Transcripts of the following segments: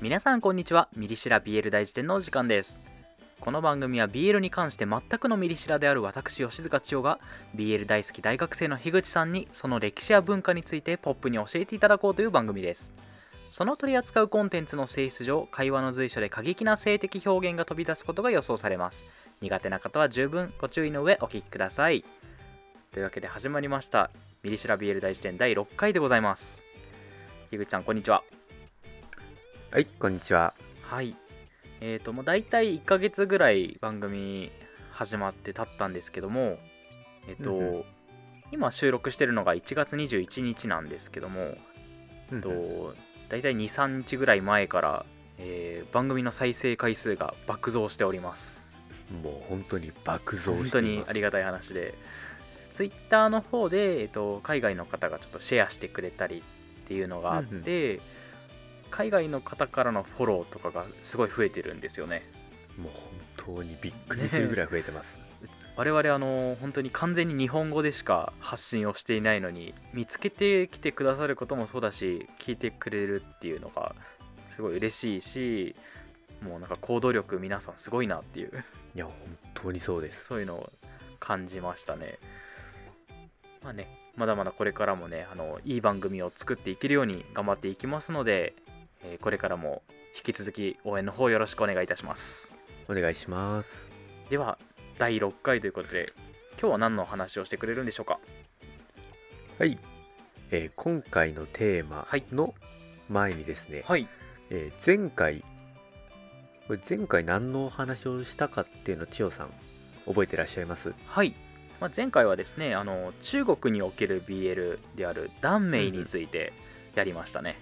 皆さんこんにちはミリシラ BL 大辞典のお時間ですこの番組は BL に関して全くのミリシラである私吉塚千代が BL 大好き大学生の樋口さんにその歴史や文化についてポップに教えていただこうという番組ですその取り扱うコンテンツの性質上会話の随所で過激な性的表現が飛び出すことが予想されます苦手な方は十分ご注意の上お聞きくださいというわけで始まりましたミリシラ BL 大辞典第6回でございます樋口さんこんにちははい、こんにちは。はい。えっ、と、もう大体1ヶ月ぐらい番組始まって経ったんですけども、えっ、と、うんう今収録してるのが1月21日なんですけども、うえっんと、大体2、3日ぐらい前から、えー番組の再生回数が爆増しております。もう本当に爆増本し当ていにます。ありがたい話で。ツイッターの方で、えっと、海外の方がちょっとシェアしてくれたりっていうのがあって、海外の方からのフォローとかがすごい増えてるんですよね。もう本当にびっくりするぐらい増えてます。我々あの本当に完全に日本語でしか発信をしていないのに見つけてきてくださることもそうだし聞いてくれるっていうのがすごい嬉しいしもうなんか行動力皆さんすごいなっていう いや、本当にそうです。そういうのを感じましたね。まあねまだまだこれからもねあのいい番組を作っていけるように頑張っていきますので、えーこれからも引き続き応援の方よろしくお願いいたします。お願いします。では第6回ということで今日は何のお話をしてくれるんでしょうかはい、えー今回のテーマはいの前にですね、はいえー前回、これ前回何のお話をしたかっていうの、千代さん、覚えてらっしゃいますはい、まあ、前回はですねあの中国における BL であるダンメイについてやりましたね、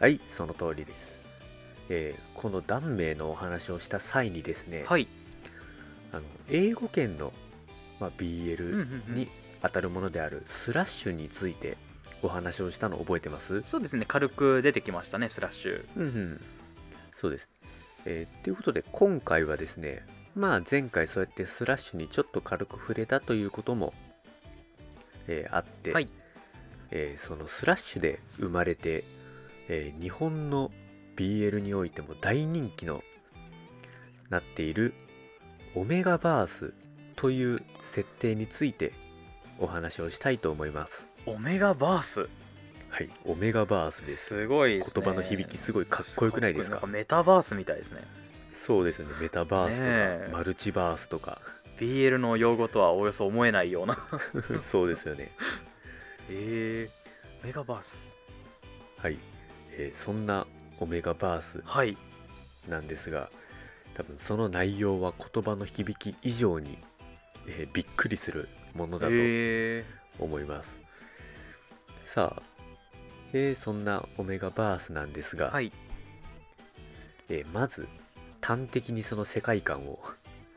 はい、その通りです。えーこの断名のお話をした際にですね、はい、あの英語圏の、まあ、うん BL うんうんに当たるものであるスラッシュについてお話をしたの覚えてますそうですね軽く出てきましたねスラッシュうんうんそうです。えーということで今回はですねまあ前回そうやってスラッシュにちょっと軽く触れたということも、えーあって、はいえーそのスラッシュで生まれて、えー日本の BL においても大人気のなっているオメガバースという設定についてお話をしたいと思います。オメガバースはい、オメガバースです。すごいですね言葉の響きすごいかっこよくないですかごなんメタバースみたいですねそうですよねメタバースとか、ねえマルチバースとか BL の用語とはおよそ思えないようなそうですよねえー、オメガバースはい、えーそんなオメガバースはいなんですが多分その内容は言葉の響き以上に、えーびっくりするものだとえ思います、さあ、えーそんなオメガバースなんですが、ー、はいえーまず端的にその世界観を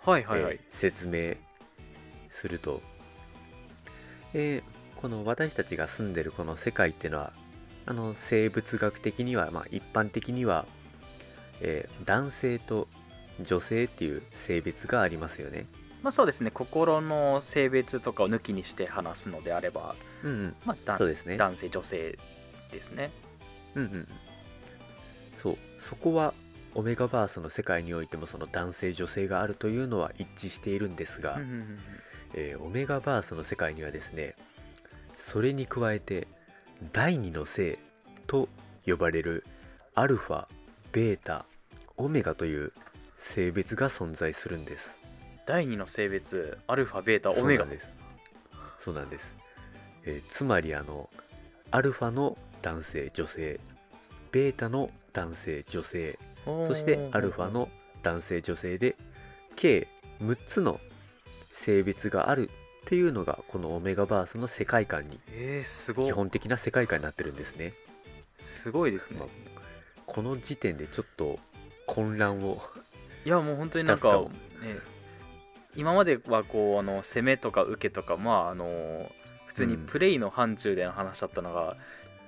はいはいはい、えー説明すると、えーこの私たちが住んでるこの世界っていうのはあの生物学的には、まあ、一般的には、えー男性と女性っていう性別がありますよね。まあそうですね心の性別とかを抜きにして話すのであればうんうん、まあだそうですね。男性女性ですねうんうんうん、そうそこはオメガバースの世界においてもその男性女性があるというのは一致しているんですが、うんうんうんえーオメガバースの世界にはですねそれに加えて第二の性と呼ばれるアルファベータオメガという性別が存在するんです第二の性別アルファベータオメそうなガんですそうなんです、えーつまりあのアルファの男性女性ベータの男性女性そしてアルファの男性女性で計6つの性別があるっていうのがこのオメガバースの世界観にえー、すご基い本的な世界観になってるんですね。すごいですねまあこの時点でちょっと混乱を いやもう本当になんひたすからを、ね、今まではこうあの攻めとか受けとかまああの普通にうんプレイの範疇での話だったのが、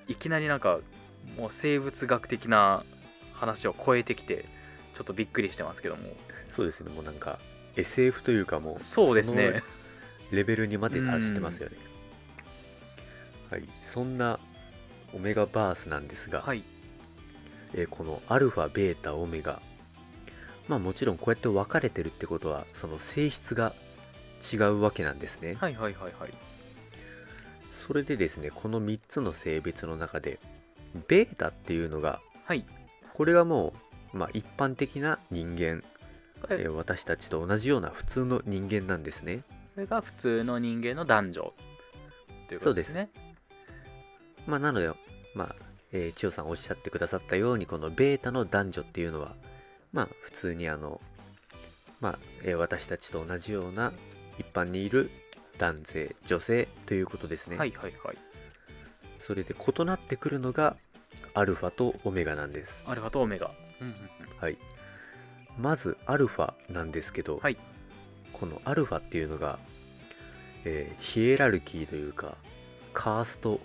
いきなりなんかもう生物学的な話を超えてきてちょっとびっくりしてますけどもそうですねもうなんか SF というかもうそうですねそのレベルにまで達してますよね。はい、そんなオメガバースなんですが、はいえーこのアルファベータオメガまあもちろんこうやって分かれてるってことはその性質が違うわけなんですね、はいはいはいはいそれでですねこの3つの性別の中でベータっていうのがはいこれがもう、まあ、一般的な人間、こえれー私たちと同じような普通の人間なんですねこれが普通の人間の男女ということですねまあなのでまあ、えー千代さんおっしゃってくださったようにこのベータの男女っていうのはまあ普通にあのまあ、えー私たちと同じような一般にいる男性女性ということですね、はいはいはいそれで異なってくるのがアルファとオメガなんですアルファとオメガ、うんうんうんはいまずアルファなんですけど、はいこのアルファっていうのが、えーヒエラルキーというかカースト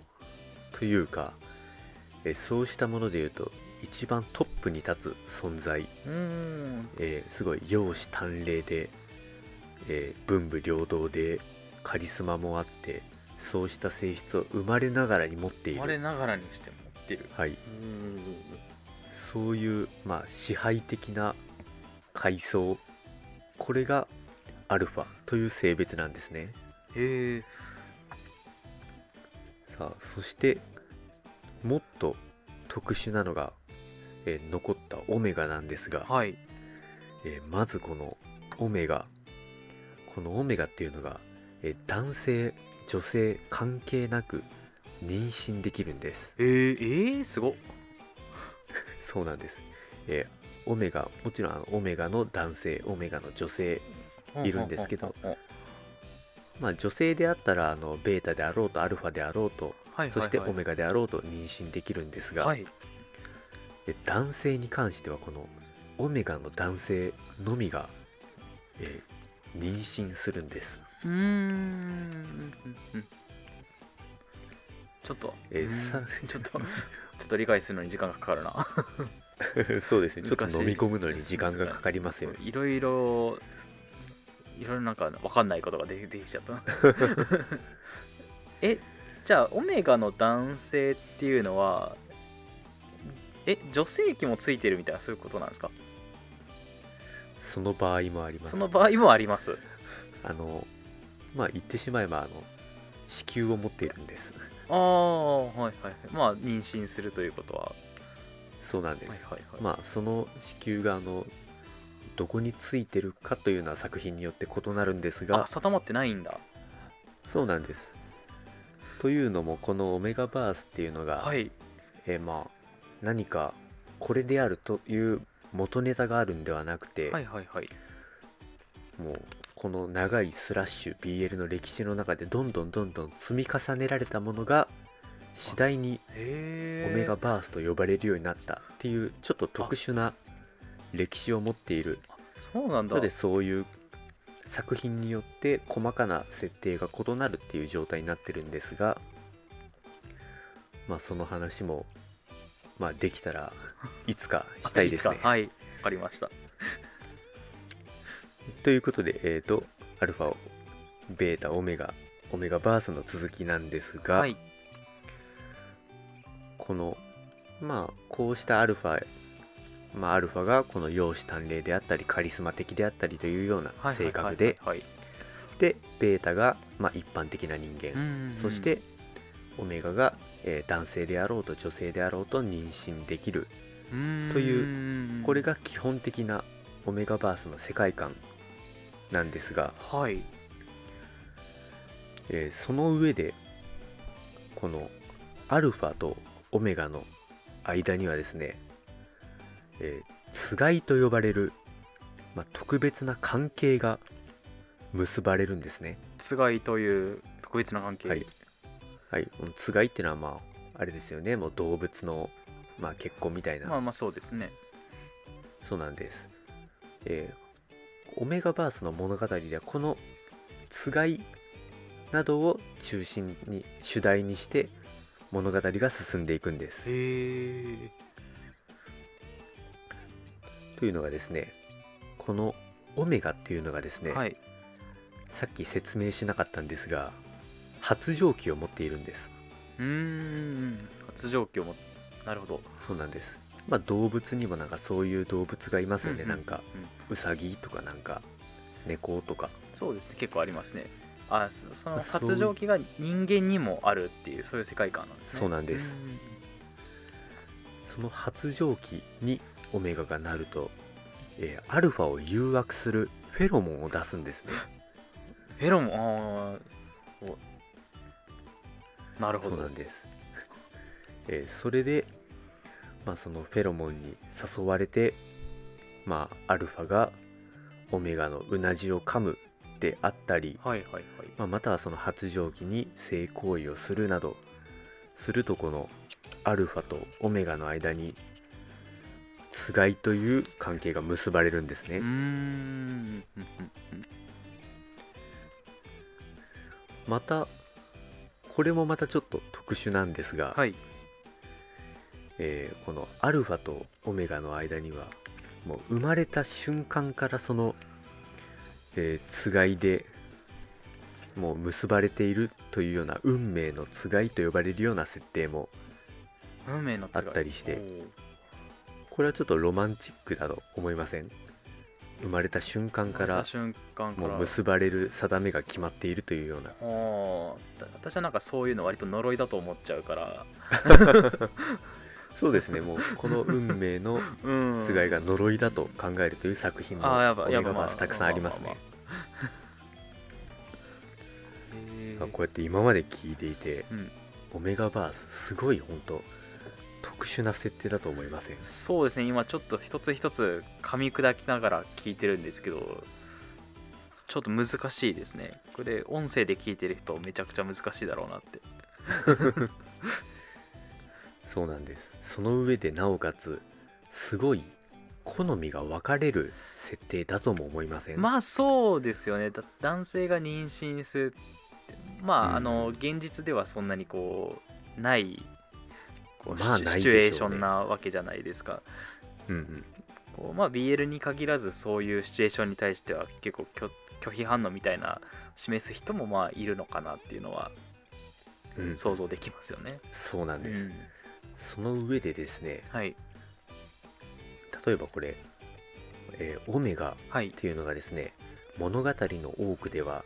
というか、えーそうしたものでいうと一番トップに立つ存在、うーんえーすごい容姿端麗で、えー文武両道でカリスマもあってそうした性質を生まれながらに持ってい生まれる、ながらにして持ってるはい、うーんそういう、まあ、支配的な階層これがアルファという性別なんですねへえさあそしてもっと特殊なのが、えー残ったオメガなんですが、はいえーまずこのオメガこのオメガっていうのが、えー男性女性関係なく妊娠できるんですえー、えー、すごっそうなんです、えーオメガもちろんあのオメガの男性オメガの女性いるんですけどうんうんうんまあ、女性であったらあのベータであろうとアルファであろうとはいはいはいそしてオメガであろうと妊娠できるんですが、はいえ男性に関してはこのオメガの男性のみが、えー妊娠するんです、うーんちょっと、えーうーんさ ちょっとちょっと理解するのに時間がかかるなそうですねちょっと難しい飲み込むのに時間がかかりますよねいろいろいろいろなんか分かんないことが 出てきちゃ ったなえじゃあオメガの男性っていうのはえ女性器もついてるみたいなそういうことなんですかその場合もありますその場合もありますあのまあ言ってしまえばあの子宮を持っているんですああはいはいはいまあ妊娠するということははそうなんいです、はいはい、まあその子宮があのどこについてるかというのは作品によって異なるんですがあ定まってないんだそうなんです。というのもこのオメガバースっていうのが、はいえーまあ何かこれであるという元ネタがあるんではなくて、はいはいはいもうこの長いスラッシュ BL の歴史の中でどんどんどんどん積み重ねられたものが次第にオへえメガバースと呼ばれるようになったっていうちょっと特殊な歴史を持っているそうなんだのでそういう作品によって細かな設定が異なるっていう状態になってるんですがまあその話も、まあ、できたらいつかしたいですねあつ。かはいわか りましたということでえっ、とアルファをベータオメガオメガバースの続きなんですが、はいこのまあこうしたアルファまあ、アルファがこの容姿端麗であったりカリスマ的であったりというような性格ではいはいでベータが、まあ、一般的な人間、はいはいうんうんそしてオメガが、えー男性であろうと女性であろうと妊娠できるといこれが基本的なオメガバースの世界観なんですが、はいえーその上でこのアルファとオメガの間にはですね、えーつがいと呼ばれる、まあ、特別な関係が結ばれるんですね。つがいという特別な関係はいはい、このつがいっていうのはまああれですよねもう動物の、まあ、結婚みたいな、まあまあそうですねそうなんです、えーオメガバースの物語ではこのつがいなどを中心に主題にして物語が進んでいくんですへえというのがですねこのオメガっていうのがですね、はいさっき説明しなかったんですが発情期を持っているんですうーん発情期をもなるほどそうなんですまあ、動物にもなんかそういう動物がいますよね、うんうんなんかうんウサギとかなんか猫とかそうですね結構ありますねあそそのあそう活情期が人間にもあるっていうそういう世界観なんですねそうなんですうんうんうんその発情期にオメガがなると、えーアルファを誘惑するフェロモンを出すんですねフェロモンあーそうなるほそうなどんです、 えーそれで、まあ、そのフェロモンに誘われて、まあ、アルファがオメガのうなじを噛むであったり、はいはいはいまあ、またはその発情期に性行為をするなどするとこのアルファとオメガの間につがいという関係が結ばれるんですね、うーんうんうんうんまたこれもまたちょっと特殊なんですが、はいえーこのアルファとオメガの間にはもう生まれた瞬間からその、えーつがいでもう結ばれているというような運命のつがいと呼ばれるような設定も運命の違いあったりしておーこれはちょっとロマンチックだと思いません生まれた瞬間生かまれらた瞬間かもらう結ばれる定めが決まっているという ようなおーた私はなんかそういうの割と呪いだと思っちゃうからそうですねもうこの運命のうんつがいが呪いだと考えるという作品もあーやオっぱメやっぱガまあバースたくさんありますまあねまへーこうやって今まで聞いていてうんオメガバースすごい本当特殊な設定だと思いませんそうですね今ちょっと一つ一つ噛み砕きながら聞いてるんですけどちょっと難しいですねこれ音声で聞いてる人めちゃくちゃ難しいだろうなってそうなんですその上でなおかつすごい好みが分かれる設定だとも思いません、まあそうですよねだ男性が妊娠するってまあ、うんあの現実ではそんなにこうないこうシまあチュないでしシチょうねュエーションなわけじゃないですか、うんうん、こうまあ BL に限らずそういうシチュエーションに対しては結構拒拒否反応みたいな示す人もまあいるのかなっていうのはうん、想像できますよね、そうなんです、うんその上でですねはい例えばこれ、えーオメガはいっていうのがですね物語の多くでは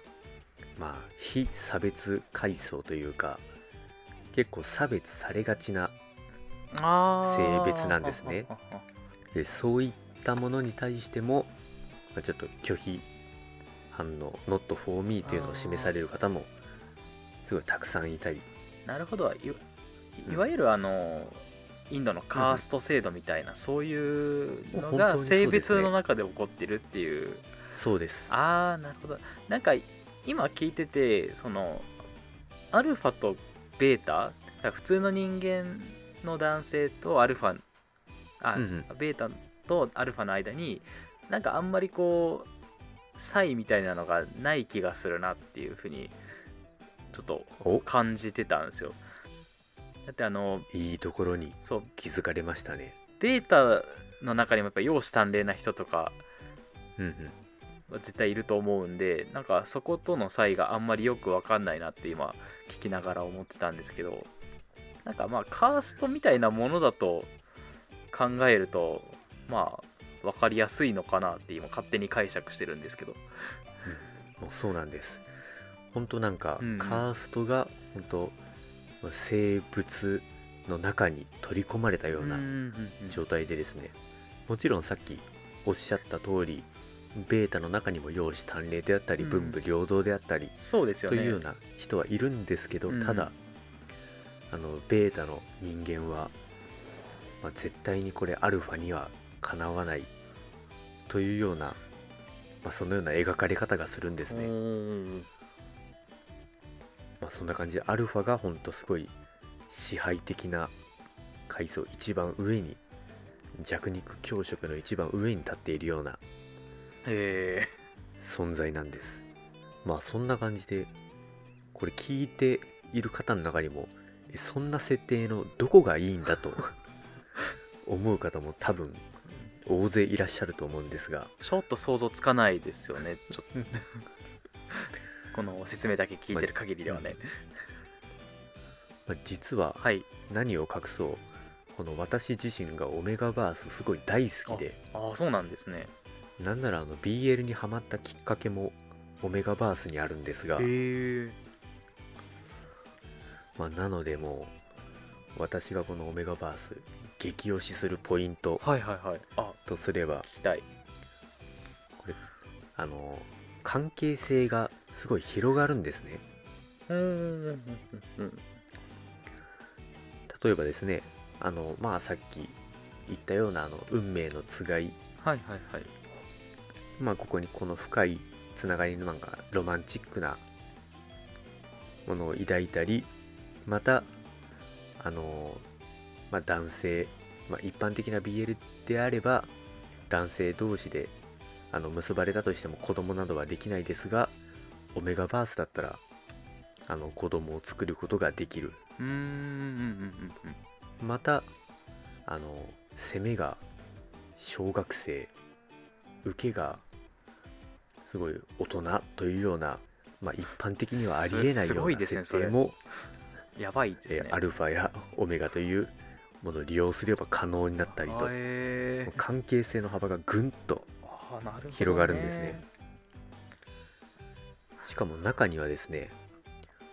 まあ非差別階層というか結構差別されがちなあー性別なんですねああああえーそういったものに対しても、まあ、ちょっと拒否反応 not for me というのを示される方もすごいたくさんいたりなるほどいうんいわゆるあのインドのカースト制度みたいな、そういうのもう本当がにそうですね性別の中で起こってるっていうそうですああなるほどなんか今聞いててそのアルファとベータ普通の人間の男性とアルファあ、うんうんベータとアルファの間になんかあんまりこう差異みたいなのがない気がするなっていうふうにちょっとお感じてたんですよだってあのいいところにそう気づかれましたねベータの中にもやっぱ容姿端麗な人とかうんうんは絶対いると思うんでなんかそことの差異があんまりよく分かんないなって今聞きながら思ってたんですけどなんかまあカーストみたいなものだと考えるとまあ分かりやすいのかなって今勝手に解釈してるんですけどもうそうなんです本当なんか、うんうんカーストが本当まあ生物の中に取り込まれたよううなんうん状態でですね、もちろんさっきおっしゃった通りベータの中にも容姿端麗であったりうん文武両道であったり、そうですよとねいうような人はいるんですけど、うんうんただあのベータの人間は、まあ、絶対にこれアルファにはかなわないというような、まあ、そのような描かれ方がするんですね。ねまあ、そんな感じでアルファがほんとすごい支配的な階層一番上に弱肉強食の一番上に立っているようなへ存在なんですまあそんな感じでこれ聞いている方の中にもえそんな設定のどこがいいんだと 思う方も多分大勢いらっしゃると思うんですがえちょっと想像つかないですよねちょ っとこの説明だけ聞いてる限りではね、まあ実ははい何を隠そうこの私自身がオメガバースすごい大好きでああそうなんですねなんならあの BL にハマったきっかけもオメガバースにあるんですが、へえまあ、なのでもう私がこのオメガバース激推しするポイントはいはいはいあとすれば聞きたいあの関係性がすごい広がるんですねうんうんうんうん例えばですねあのまあさっき言ったようなあの運命のつがいはいはいはいまあここにこの深いつながりのなんかロマンチックなものを抱いたりまたあの、まあ、男性、まあ、一般的な BL であれば男性同士であの結ばれたとしても子供などはできないですがオメガバースだったらあの子供を作ることができるうーんうんうんうんうんまたあの攻めが小学生受けがすごい大人というような、まあ、一般的にはありえないすすよごういなですね設定も、やばいですえねーアルファやオメガというものを利用すれば可能になったりとあへー関係性の幅がぐんとあーなるほどね広がるんですねしかも中にはですね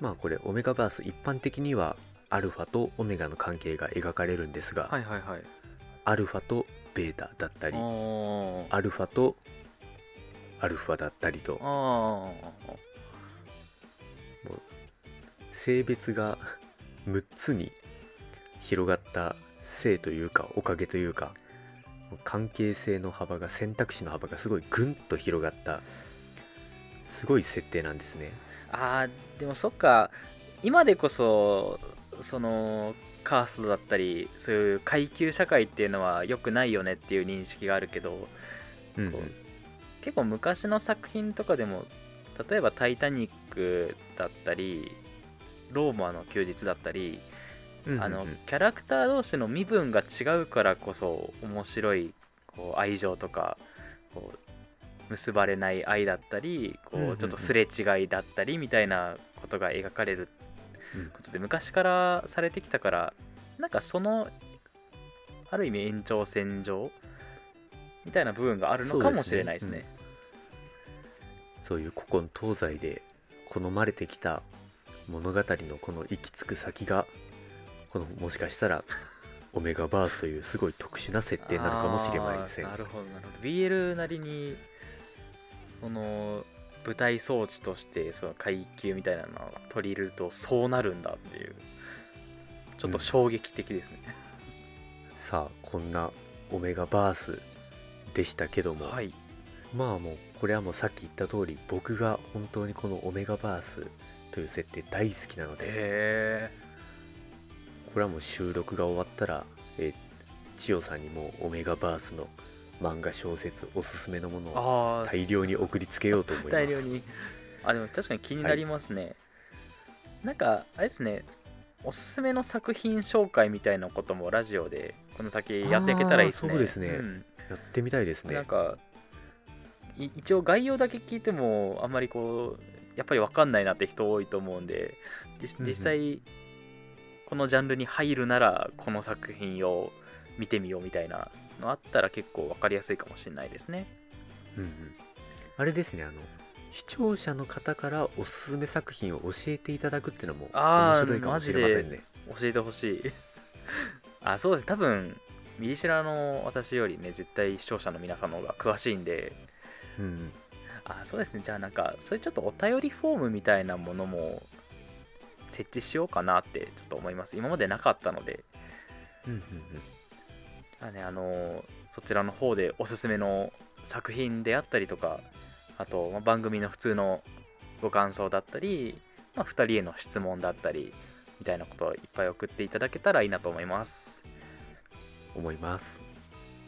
まあこれオメガバース一般的にはアルファとオメガの関係が描かれるんですが、はいはいはいアルファとベータだったりおーアルファとアルファだったりとあー性別が6つに広がった性というかおかげというか関係性の幅が選択肢の幅がすごいぐんと広がったすごい設定なんですねあーでもそっか今でこそそのカーストだったりそういう階級社会っていうのは良くないよねっていう認識があるけどうんこ結構昔の作品とかでも例えば「タイタニック」だったり「ローマの休日」だったり、うんあうのんうんキャラクター同士の身分が違うからこそ面白いこう愛情とかこう結ばれない愛だったりこうんうんううんちょっとすれ違いだったりみたいなことが描かれるうんことで昔からされてきたからなんかそのある意味延長線上みたいな部分があるのかもしれないですね。そういう古今東西で好まれてきた物語のこの行き着く先がこのもしかしたらオメガバースというすごい特殊な設定なのかもしれませんあーなるほどなるほど BL なりにその舞台装置としてその階級みたいなのを取り入れるとそうなるんだっていうちょっと衝撃的ですね、さあこんなオメガバースでしたけども、はいまあもうこれはもうさっき言った通り僕が本当にこのオメガバースという設定大好きなのでへこれはもう収録が終わったらえー千代さんにもうオメガバースの漫画小説おすすめのものえをああ大量に送りつけようと思います大量にあでも確かに気になりますね、なんかあれですねおすすめの作品紹介みたいなこともラジオでこの先やっていけたらいいですねあーそうですねんやってみたいですねなんかい一応概要だけ聞いてもあんまりこうやっぱり分かんないなって人多いと思うんで実うんうん実際このジャンルに入るならこの作品を見てみようみたいなのあったら結構分かりやすいかもしれないですねうんうんあれですねあの視聴者の方からおすすめ作品を教えていただくっていうのも面あー白いかもしれませマんジね教えてほしい あそうです多分ミリシラの私よりね絶対視聴者の皆さんの方が詳しいんでうんうんあそうですねじゃあなんかそういうちょっとお便りフォームみたいなものも設置しようかなってちょっと思います今までなかったのでうんうんうんあ、ね、あのーそちらの方でおすすめの作品であったりとかあと、まあ番組の普通のご感想だったり、まあ、2人への質問だったりみたいなことをいっぱい送っていただけたらいいなと思います思います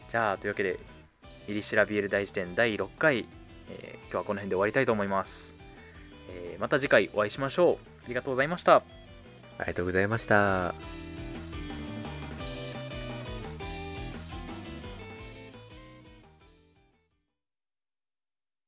じゃあというわけで「ミリシラビール大辞典」第6回、えー今日はこの辺で終わりたいと思います、えーまた次回お会いしましょうありがとうございましたありがとうございました。